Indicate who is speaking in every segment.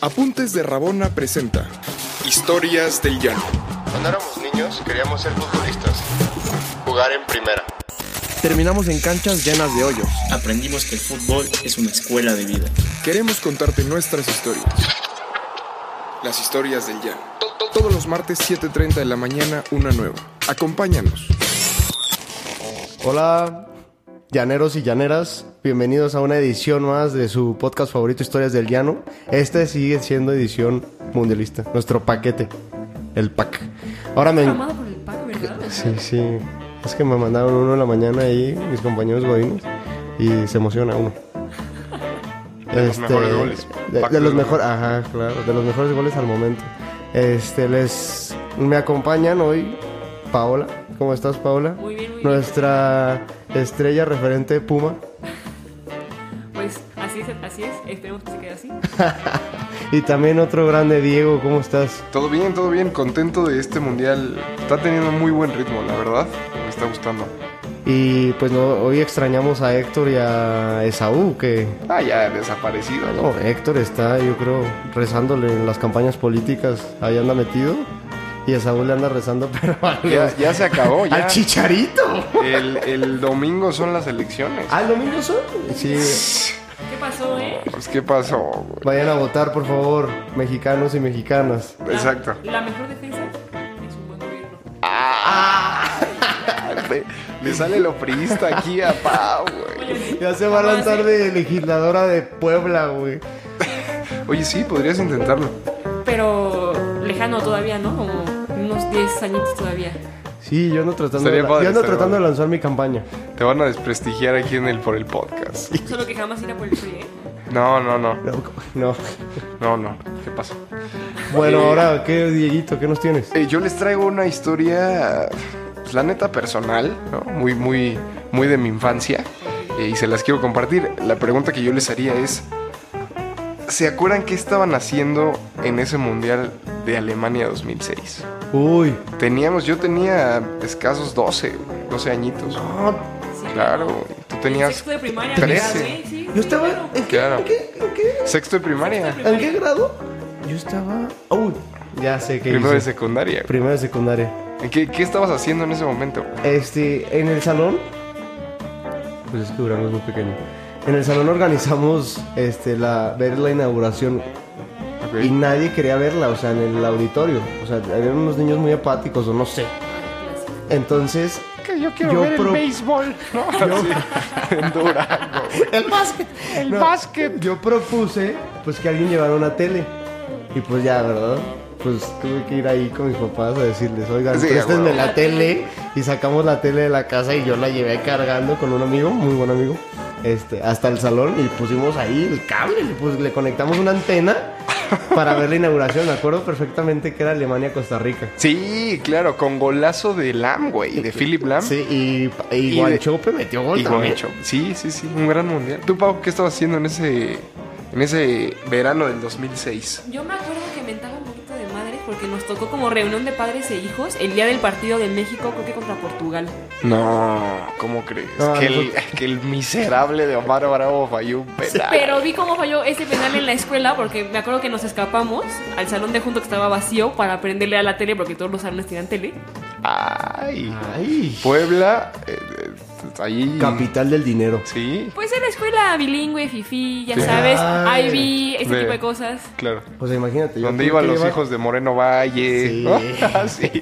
Speaker 1: Apuntes de Rabona presenta Historias del Llano.
Speaker 2: Cuando éramos niños queríamos ser futbolistas, jugar en primera.
Speaker 3: Terminamos en canchas llenas de hoyos.
Speaker 4: Aprendimos que el fútbol es una escuela de vida.
Speaker 1: Queremos contarte nuestras historias. Las historias del Llano. Todos los martes 7.30 de la mañana, una nueva. Acompáñanos.
Speaker 5: Hola, llaneros y llaneras. Bienvenidos a una edición más de su podcast favorito, Historias del Llano. Este sigue siendo edición mundialista, nuestro paquete, el pack. Ahora me.
Speaker 6: Amado por el pack, ¿verdad?
Speaker 5: Sí, sí. Es que me mandaron uno en la mañana ahí, mis compañeros godines, y se emociona uno. Este,
Speaker 2: De los mejores goles.
Speaker 5: De,
Speaker 2: Pack
Speaker 5: de
Speaker 2: de
Speaker 5: los
Speaker 2: los
Speaker 5: mejores, ajá, claro, de los mejores goles al momento. Este, les. Me acompañan hoy Paola. ¿Cómo estás, Paola?
Speaker 6: Muy bien, muy bien.
Speaker 5: Nuestra estrella referente Puma.
Speaker 6: Pues así es, así es. Esperemos que se quede así.
Speaker 5: Y también otro grande Diego, ¿cómo estás?
Speaker 7: Todo bien, todo bien, contento de este mundial. Está teniendo muy buen ritmo, la verdad. Me está gustando.
Speaker 5: Y pues no, hoy extrañamos a Héctor y a Esaú, que
Speaker 7: Ah, ya desaparecido, ¿no?
Speaker 5: no, Héctor está, yo creo, rezándole en las campañas políticas, ahí anda metido. Y Esaú le anda rezando, pero a
Speaker 7: Ya,
Speaker 5: los-
Speaker 7: ya se acabó, ya.
Speaker 5: al chicharito.
Speaker 7: El, el domingo son las elecciones.
Speaker 5: ¿Al domingo son? Sí,
Speaker 6: ¿Qué pasó, eh?
Speaker 7: Pues, ¿qué pasó? güey?
Speaker 5: vayan a votar, por favor, mexicanos y mexicanas.
Speaker 6: La-
Speaker 7: Exacto.
Speaker 6: La, mejor defensa es un buen gobierno.
Speaker 7: Le, le Ah. sale lo priista aquí a Pau, güey.
Speaker 6: Oye,
Speaker 5: Ya se va a
Speaker 6: jamás,
Speaker 5: lanzar
Speaker 6: eh,
Speaker 5: de legisladora de Puebla, güey.
Speaker 7: Oye, sí, podrías intentarlo.
Speaker 6: Pero lejano todavía, ¿no? Como unos 10 añitos todavía.
Speaker 5: Sí, yo ando tratando,
Speaker 7: Estaría
Speaker 5: de,
Speaker 7: padre,
Speaker 5: yo ando
Speaker 7: estaría
Speaker 5: tratando de
Speaker 7: padre.
Speaker 5: lanzar mi campaña.
Speaker 7: Te van a desprestigiar aquí en el por el podcast.
Speaker 6: Solo que jamás irá por el PRI, ¿eh?
Speaker 7: No, no, no.
Speaker 5: No, no.
Speaker 7: No, no. ¿Qué pasó?
Speaker 5: Bueno, ahora, ¿qué, Dieguito? ¿Qué nos tienes?
Speaker 7: Eh, yo les traigo una historia, pues, la neta personal, ¿no? muy, muy, muy de mi infancia eh, y se las quiero compartir. La pregunta que yo les haría es, ¿se acuerdan qué estaban haciendo en ese mundial de Alemania 2006?
Speaker 5: Uy,
Speaker 7: Teníamos, yo tenía escasos 12, 12 añitos.
Speaker 5: Ah,
Speaker 6: Sí,
Speaker 7: Claro, tú
Speaker 6: En
Speaker 7: tenías
Speaker 6: sexto de primaria.
Speaker 7: trece.
Speaker 6: Sí, sí,
Speaker 5: yo estaba.
Speaker 6: claro.
Speaker 5: ¿En qué,
Speaker 7: Claro.
Speaker 5: en qué, en qué-
Speaker 7: sexto de primaria,
Speaker 5: en qué grado? Yo estaba. Uy, ya sé que.
Speaker 7: primero de secundaria.
Speaker 5: Primero de secundaria.
Speaker 7: ¿Qué, qué estabas haciendo en ese momento?
Speaker 5: Este, en el salón. Pues es que Durango es muy pequeño. En el salón organizamos este, la, ver la inauguración
Speaker 7: Ok.
Speaker 5: y nadie quería verla, o sea, en el auditorio. O sea, había unos niños muy apáticos o no sé. Entonces,
Speaker 7: Que yo
Speaker 5: quiero yo ver el pro-
Speaker 7: béisbol, ¿no? Sí, en Durango.
Speaker 5: El básquet. El básquet. Yo propuse pues que alguien llevara una tele. Y pues ya, ¿verdad? Pues tuve que ir ahí con mis papás a decirles, oigan,
Speaker 7: Sí,
Speaker 5: préstenme
Speaker 7: a huevo.
Speaker 5: la tele. Y sacamos la tele de la casa y yo la llevé cargando con un amigo, muy buen amigo, este, hasta el salón y pusimos ahí el cable, y pues le conectamos una antena para ver la inauguración. Me acuerdo perfectamente que era Alemania-Costa Rica.
Speaker 7: Sí, claro, con golazo de Lam, güey, de Philip Lam.
Speaker 5: Sí, y, y,
Speaker 7: de-
Speaker 5: Guanchope metió gol
Speaker 7: y
Speaker 5: también.
Speaker 7: Guancho. Sí, sí, sí, un gran mundial. ¿Tú, Pau, qué estabas haciendo en ese, en ese verano del 2006?
Speaker 6: Yo me acuerdo que mentaba un poquito de madre porque nos tocó como reunión de padres e hijos el día del partido de México, creo que contra Portugal.
Speaker 7: No, ¿cómo crees?
Speaker 5: No,
Speaker 7: que, el,
Speaker 5: nosotros-
Speaker 7: que el miserable de Omar Bravo falló un penal.
Speaker 6: Pero vi cómo falló ese penal en la escuela porque me acuerdo que nos escapamos al salón de junto que estaba vacío para prenderle a la tele porque todos los salones tenían tele.
Speaker 7: Ay,
Speaker 5: Ay,
Speaker 7: Puebla, eh, eh, ahí...
Speaker 5: capital del dinero.
Speaker 7: Sí,
Speaker 6: Pues en la escuela bilingüe, fifi, ya
Speaker 7: Sí.
Speaker 6: sabes,
Speaker 5: Ay.
Speaker 6: IB, este
Speaker 7: De-
Speaker 6: tipo de cosas.
Speaker 7: claro.
Speaker 5: O sea, imagínate. yo
Speaker 7: Donde
Speaker 5: tuve
Speaker 7: iban
Speaker 5: que
Speaker 7: los
Speaker 5: llevar-
Speaker 7: hijos de Moreno Valle.
Speaker 5: Sí.
Speaker 7: ¿no? sí.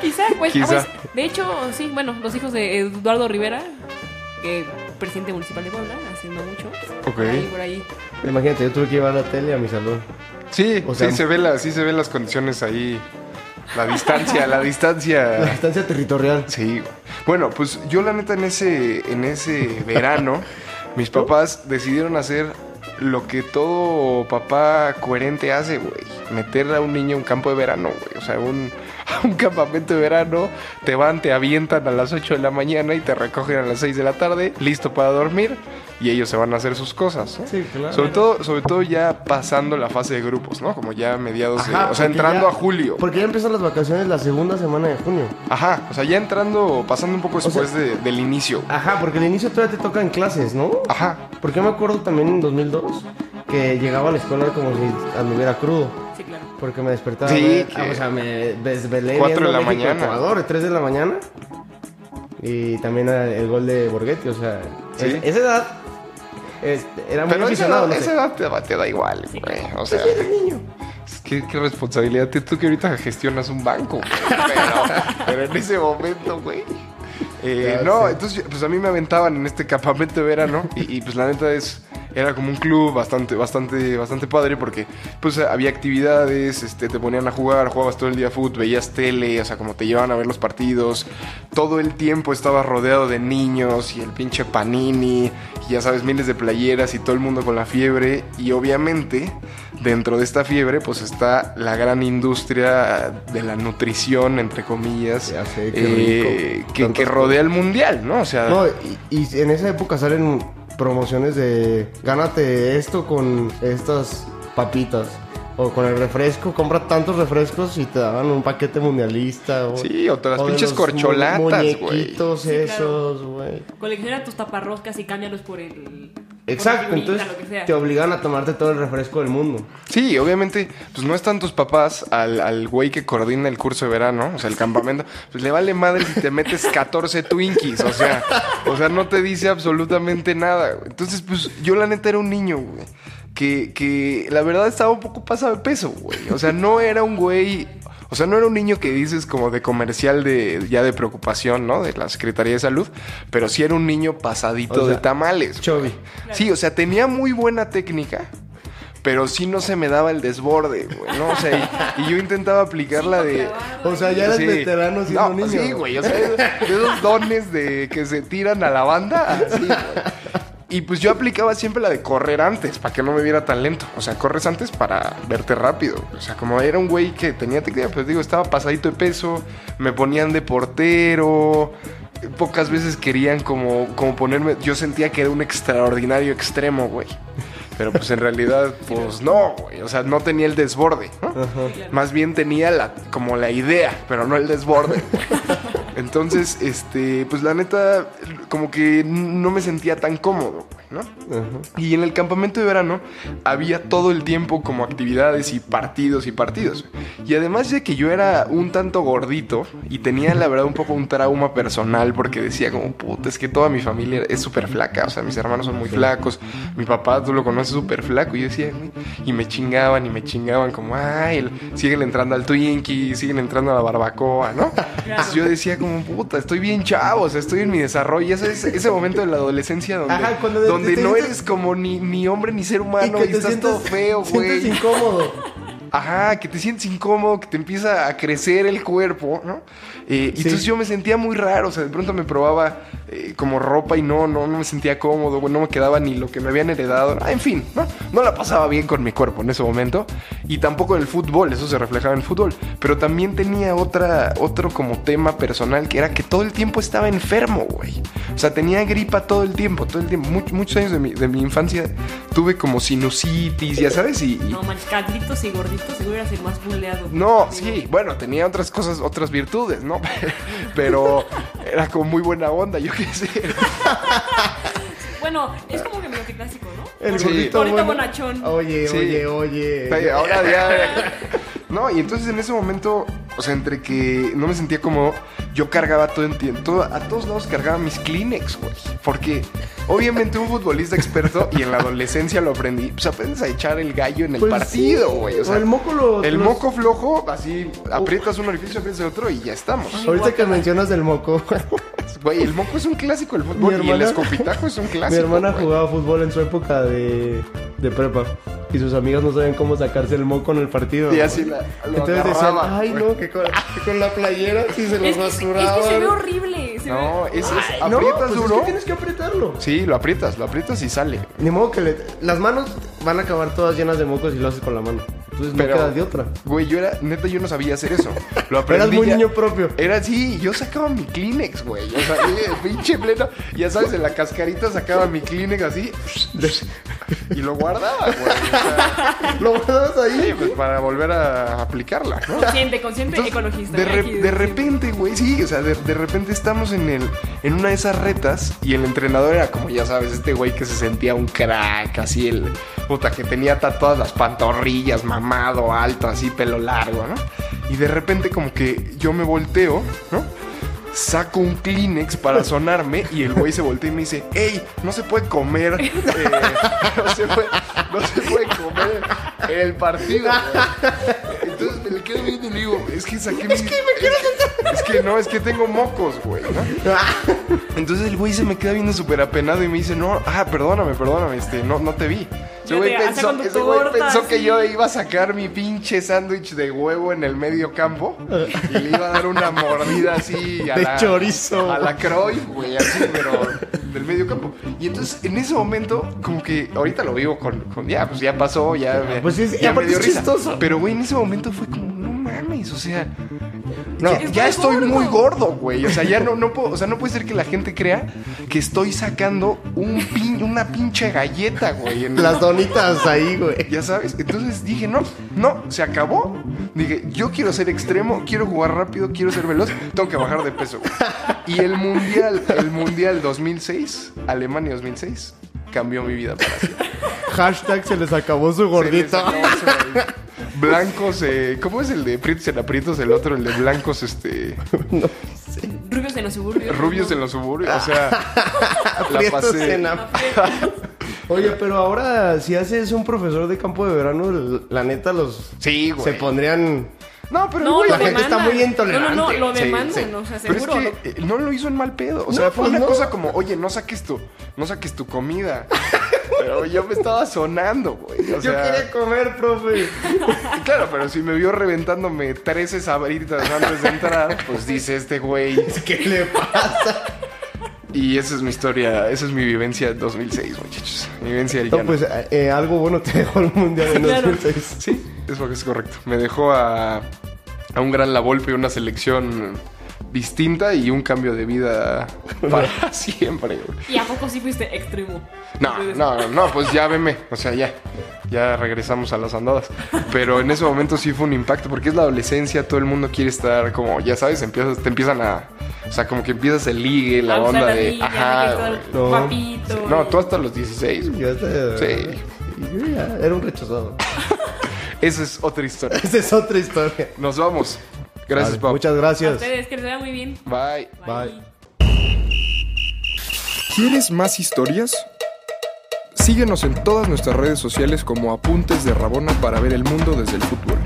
Speaker 6: Quizá, pues,
Speaker 7: Quizá.
Speaker 6: ah, pues, de hecho, sí, bueno, los hijos de Eduardo Rivera, que presidente municipal de Puebla, hace no mucho.
Speaker 7: Ok.
Speaker 6: Por ahí, por ahí.
Speaker 5: Imagínate, yo tuve que llevar la tele a mi salón.
Speaker 7: Sí,
Speaker 5: O sea-
Speaker 7: sí, se ve la, sí se ven las condiciones ahí. La distancia, la
Speaker 5: La
Speaker 7: distancia.
Speaker 5: distancia territorial.
Speaker 7: Sí. Bueno, pues yo la neta en ese, en ese verano, mis papás decidieron hacer lo que todo papá coherente hace, güey. Meter a un niño a un campo de verano, güey. O sea, un, a un campamento de verano, te van, te avientan a las 8 de la mañana y te recogen a las 6 de la tarde, listo para dormir, y ellos se van a hacer sus cosas. ¿no?
Speaker 5: Sí, claro.
Speaker 7: Sobre todo, sobre todo ya pasando la fase de grupos, ¿no? Como ya mediados de- O sea, entrando a julio.
Speaker 5: Porque ya empiezan las vacaciones la segunda semana de junio.
Speaker 7: Ajá, o sea, ya entrando, pasando un poco
Speaker 5: sea-
Speaker 7: después de- del inicio. Ah.
Speaker 5: Ajá, porque al inicio todavía te tocan clases, ¿no?
Speaker 7: Ajá.
Speaker 5: Porque yo me acuerdo también en 2002 que llegaba a la escuela como si anduviera crudo.
Speaker 6: Sí, claro.
Speaker 5: Porque me despertaba.
Speaker 7: Sí,
Speaker 5: a ver-
Speaker 7: que-
Speaker 5: ah, o sea, me desvelé.
Speaker 7: Cuatro de
Speaker 5: viendo
Speaker 7: la
Speaker 5: México,
Speaker 7: mañana.
Speaker 5: Ecuador, 3 de la mañana. Y también eh, el gol de Borghetti. O sea,
Speaker 7: Sí.
Speaker 5: es- esa edad este, era muy
Speaker 7: Pero esa
Speaker 5: aficionado.
Speaker 7: edad,
Speaker 5: No sé. Pues
Speaker 7: esa edad te, va- te da igual, güey. O sea, ¿qué, qué responsabilidad tienes tú que ahorita gestionas un banco, güey? Pero, pero en ese momento, güey. Eh,
Speaker 5: Ya
Speaker 7: no,
Speaker 5: sé.
Speaker 7: entonces pues a mí me aventaban en este campamento de verano y, y, pues la neta es era como un club bastante bastante bastante padre porque pues había actividades, este te ponían a jugar, jugabas todo el día fútbol, veías tele, o sea, como te llevaban a ver los partidos. Todo el tiempo estabas rodeado de niños y el pinche panini, y ya sabes, miles de playeras y todo el mundo con la fiebre y obviamente dentro de esta fiebre pues está la gran industria de la nutrición entre comillas
Speaker 5: Ya sé, qué
Speaker 7: eh,
Speaker 5: rico.
Speaker 7: que,
Speaker 5: Tantas
Speaker 7: que rodea el mundial, ¿no? O sea,
Speaker 5: No, eh. y, y en esa época salen promociones de gánate esto con estas papitas. O con el refresco, compra tantos refrescos y te daban un paquete mundialista. O,
Speaker 7: Sí, o te las
Speaker 5: de
Speaker 7: pinches
Speaker 5: los
Speaker 7: corcholatas,
Speaker 5: mu-
Speaker 7: güey.
Speaker 5: Muñequitos
Speaker 6: Sí, claro.
Speaker 5: esos, güey.
Speaker 6: Colecciona tus taparroscas y cámbialos por el. por la
Speaker 5: Exacto,
Speaker 6: figurita,
Speaker 5: entonces
Speaker 6: lo que sea.
Speaker 5: te obligan a tomarte todo el refresco del mundo.
Speaker 7: sí, obviamente, pues no están tus papás al, al güey que coordina el curso de verano, o sea, el campamento, pues le vale madre si te metes 14 Twinkies, o sea, o sea, no te dice absolutamente nada. güey. Entonces, pues yo la neta era un niño, güey, que, que la verdad estaba un poco pasado de peso, güey. O sea, no era un güey... O sea, no era un niño que dices como de comercial de ya de preocupación, ¿no? De la Secretaría de Salud, pero sí era un niño pasadito
Speaker 5: O sea,
Speaker 7: de tamales. güey.
Speaker 5: Chovy.
Speaker 7: Sí, o sea, tenía muy buena técnica, pero sí no se me daba el desborde, güey, ¿no? O sea, y, y yo intentaba aplicar la de...
Speaker 5: O sea, ya eras
Speaker 7: Sí.
Speaker 5: veterano siendo
Speaker 7: No,
Speaker 5: niño.
Speaker 7: Sí, güey, o sea, de esos dones de que se tiran a la banda, así, güey. Y pues yo aplicaba siempre la de correr antes, para que no me viera tan lento. O sea, corres antes para verte rápido. O sea, como era un güey que tenía técnica, pues digo, estaba pasadito de peso, me ponían de portero. Pocas veces querían como, como ponerme. Yo sentía que era un extraordinario extremo, güey. Pero pues en realidad, pues no, güey. O sea, no tenía el desborde, ¿no? Más bien tenía la, como la idea, pero no el desborde. Entonces, este, pues la neta, como que no me sentía tan cómodo, güey, ¿no? Y en el campamento de verano había todo el tiempo como actividades y partidos y partidos. Y además de que yo era un tanto gordito y tenía la verdad un poco un trauma personal porque decía como, puta, es que toda mi familia es súper flaca, o sea, mis hermanos son muy flacos, mi papá, tú lo conoces, súper flaco. Y yo decía, "Güey", y me chingaban y me chingaban como, ay, el- siguen entrando al Twinkie, siguen entrando a la barbacoa, ¿no? Entonces yo decía como, puta, estoy bien chavo, o sea, estoy en mi desarrollo. Y Ese, es ese momento de la adolescencia donde,
Speaker 5: Ajá, cuando te-
Speaker 7: donde
Speaker 5: te
Speaker 7: no
Speaker 5: sientes-
Speaker 7: eres como ni, ni hombre ni ser humano y,
Speaker 5: que te
Speaker 7: estás todo feo,
Speaker 5: sientes
Speaker 7: güey.
Speaker 5: incómodo.
Speaker 7: Ajá, que te sientes incómodo, que te empieza a crecer el cuerpo, ¿no? Eh, y
Speaker 5: Sí.
Speaker 7: entonces yo me sentía muy raro, o sea, de pronto me probaba eh, como ropa y no, no, no me sentía cómodo, güey, no me quedaba ni lo que me habían heredado, ah, en fin, ¿no? No la pasaba bien con mi cuerpo en ese momento y tampoco en el fútbol, eso se reflejaba en el fútbol, pero también tenía otra, otro como tema personal que era que todo el tiempo estaba enfermo, güey. O sea, tenía gripa todo el tiempo, todo el tiempo, Much- muchos años de mi, de mi infancia tuve como sinusitis, ya sabes, y- y
Speaker 6: No manches, calditos y gorditos, seguro eras el más buleado.
Speaker 7: no, sí, bueno, tenía otras cosas, otras virtudes, ¿no? Pero era como muy buena onda, yo qué sé.
Speaker 6: Bueno, es como que medio que clásico, ¿no?
Speaker 5: El
Speaker 7: Sí.
Speaker 5: gordito
Speaker 6: Ahorita
Speaker 5: bueno.
Speaker 6: bonachón.
Speaker 5: Oye,
Speaker 7: Sí.
Speaker 5: oye, oye.
Speaker 7: Oye, Ahora ya. No, y entonces en ese momento, o sea, entre que no me sentía como yo cargaba todo en ti- todo- a todos lados cargaba mis Kleenex, güey. Porque obviamente un futbolista experto y en la adolescencia lo aprendí, pues aprendes a echar el gallo en el
Speaker 5: Pues
Speaker 7: partido,
Speaker 5: sí,
Speaker 7: güey. O sea,
Speaker 5: el moco lo-
Speaker 7: el
Speaker 5: los- Oh.
Speaker 7: moco flojo, así aprietas un orificio, aprietas el otro y ya estamos.
Speaker 5: Ahorita que mencionas del moco,
Speaker 7: Güey, el moco es un clásico del fútbol
Speaker 5: Mi
Speaker 7: y el
Speaker 5: hermana-
Speaker 7: escopitajo es un
Speaker 5: mi
Speaker 7: clásico.
Speaker 5: hermana
Speaker 7: güey.
Speaker 5: jugaba fútbol en su época de, de prepa y sus amigos no sabían cómo sacarse el moco en el partido.
Speaker 7: Y
Speaker 5: güey.
Speaker 7: así la, lo
Speaker 5: Entonces decían,
Speaker 7: agarraba,
Speaker 5: ay
Speaker 7: güey.
Speaker 5: no, que con, que con la playera sí se
Speaker 6: Es
Speaker 5: los
Speaker 6: que, es que se ve
Speaker 5: rasuraban.
Speaker 6: horrible. se ve-
Speaker 7: No, es, es-
Speaker 5: Ay, no,
Speaker 7: aprietas
Speaker 5: pues es que
Speaker 7: duro.
Speaker 5: tienes que apretarlo.
Speaker 7: Sí, lo aprietas, lo aprietas y sale.
Speaker 5: Ni modo que le- las manos van a acabar todas llenas de mocos si lo haces con la mano. Entonces no queda de otra.
Speaker 7: Güey, yo era, neta, yo no sabía hacer eso. Lo aprendí.
Speaker 5: Eras muy
Speaker 7: ya-
Speaker 5: niño propio.
Speaker 7: Era así, yo sacaba mi Kleenex, güey. O sea, el pinche pleno. Ya sabes, en la cascarita sacaba mi Kleenex así. Y lo guardaba, güey. o sea,
Speaker 5: Lo guardabas
Speaker 7: sí,
Speaker 5: ahí.
Speaker 7: pues para volver a aplicarla, ¿no?
Speaker 6: Consciente, consciente
Speaker 7: Entonces,
Speaker 6: ecologista.
Speaker 7: De,
Speaker 6: ¿eh?
Speaker 7: re-
Speaker 6: Aquí
Speaker 7: de
Speaker 6: decimos.
Speaker 7: repente, güey, sí, o sea, de, de repente estamos en el en una de esas retas y el entrenador era como, ya sabes, este güey que se sentía un crack, así el puta que tenía tatuadas las pantorrillas, mamado, alto, así pelo largo, ¿no? Y de repente como que yo me volteo, ¿no? Saco un Kleenex para sonarme y el güey se voltea y me dice, ¡Ey! No se puede comer. eh, no, se puede, no se puede comer en el partido. güey". Entonces me le quedo viendo y le digo, es que saqué mi... Es que es que no, es que tengo mocos, güey, ¿no? Entonces el güey se me queda viendo súper apenado y me dice, no, ah, perdóname, perdóname, este, no, no te vi. Ese
Speaker 6: Ya
Speaker 7: güey
Speaker 6: te- hasta
Speaker 7: pensó,
Speaker 6: con tu
Speaker 7: ese güey
Speaker 6: torta,
Speaker 7: pensó que
Speaker 6: sí.
Speaker 7: yo iba a sacar mi pinche sándwich de huevo en el medio campo y le iba a dar una mordida así a
Speaker 5: De
Speaker 7: la,
Speaker 5: chorizo.
Speaker 7: A la Cruyff, güey, así, pero del medio campo. Y entonces en ese momento, como que ahorita lo vivo con, con- ya, pues ya pasó, ya, me-
Speaker 5: Pues es- y
Speaker 7: ya me
Speaker 5: aparte
Speaker 7: dio
Speaker 5: es
Speaker 7: risa.
Speaker 5: chistoso.
Speaker 7: Pero güey, en ese momento fue como, no mames, o sea,
Speaker 5: No.
Speaker 7: ya, ya
Speaker 6: Estoy
Speaker 7: estoy
Speaker 6: gordo.
Speaker 7: muy gordo, güey. O sea, ya no, no puedo, o sea, no puede ser que la gente crea que estoy sacando un pin- una pinche galleta, güey. en-
Speaker 5: Las donitas ahí, güey.
Speaker 7: Ya sabes. Entonces dije, no, no, se acabó. Dije, yo quiero ser extremo, quiero jugar rápido, quiero ser veloz, tengo que bajar de peso. güey. Y el mundial, el mundial 2006, Alemania 2006, cambió mi vida para siempre.
Speaker 5: Hashtag se les acabó su
Speaker 7: Se les
Speaker 5: gordita.
Speaker 7: acabó su- Blancos, eh, ¿cómo es el de aprietos en aprietos? El otro, el de blancos, este.
Speaker 6: Rubios en los suburbios.
Speaker 7: Rubios en los suburbios, o sea, la pasé.
Speaker 5: Oye, pero ahora si haces un profesor de campo de verano, el- la neta los
Speaker 7: Sí, güey.
Speaker 5: se pondrían
Speaker 7: No, pero
Speaker 6: No,
Speaker 7: güey,
Speaker 6: lo
Speaker 5: La gente está
Speaker 6: demandan.
Speaker 5: muy intolerante.
Speaker 6: No, no, no, lo
Speaker 7: Sí,
Speaker 6: demandan,
Speaker 7: sí.
Speaker 6: o sea,
Speaker 7: Pero
Speaker 6: seguro.
Speaker 7: es que eh, no lo hizo en mal pedo. O
Speaker 5: No,
Speaker 7: sea, fue
Speaker 5: pues
Speaker 7: una
Speaker 5: no.
Speaker 7: cosa como, oye, no saques tu, no saques tu comida. Pero yo me estaba sonando, güey. O sea,
Speaker 5: comer, profe.
Speaker 7: claro, pero si me vio reventándome 13 sabritas antes de entrar, pues dice este güey.
Speaker 5: ¿Qué le pasa?
Speaker 7: Y esa es mi historia, esa es mi vivencia del 2006, muchachos. Mi vivencia del
Speaker 5: No,
Speaker 7: llano.
Speaker 5: pues eh, algo bueno te dejó el mundial en
Speaker 6: Claro.
Speaker 5: 2006.
Speaker 7: Sí, es lo que es correcto. Me dejó a, a un gran Lavolpe, una selección distinta y un cambio de vida para siempre, güey.
Speaker 6: ¿Y a poco sí fuiste extremo?
Speaker 7: No, no, no, no, pues ya veme, o sea, ya, ya regresamos a las andadas. Pero en ese momento sí fue un impacto, porque es la adolescencia, todo el mundo quiere estar como, ya sabes, empiezas, te empiezan a, o sea, como que empiezas el ligue, la
Speaker 6: Vamos Ah, pues, a
Speaker 7: onda
Speaker 6: la
Speaker 7: de,
Speaker 6: liga,
Speaker 7: ajá,
Speaker 6: que todo el
Speaker 7: güey.
Speaker 5: No.
Speaker 6: Guapito.
Speaker 7: no, tú hasta los 16. güey.
Speaker 5: Yo hasta-
Speaker 7: Sí.
Speaker 5: Yo ya era un rechazado.
Speaker 7: Esa es otra historia.
Speaker 5: Esa es otra historia.
Speaker 7: Nos vamos. Gracias,
Speaker 5: Vale,
Speaker 7: Pau.
Speaker 5: Muchas
Speaker 6: A
Speaker 5: gracias.
Speaker 6: ustedes, que les vaya muy bien.
Speaker 7: Bye.
Speaker 5: Bye.
Speaker 1: ¿Quieres más historias? Síguenos en todas nuestras redes sociales como Apuntes de Rabona para ver el mundo desde el fútbol.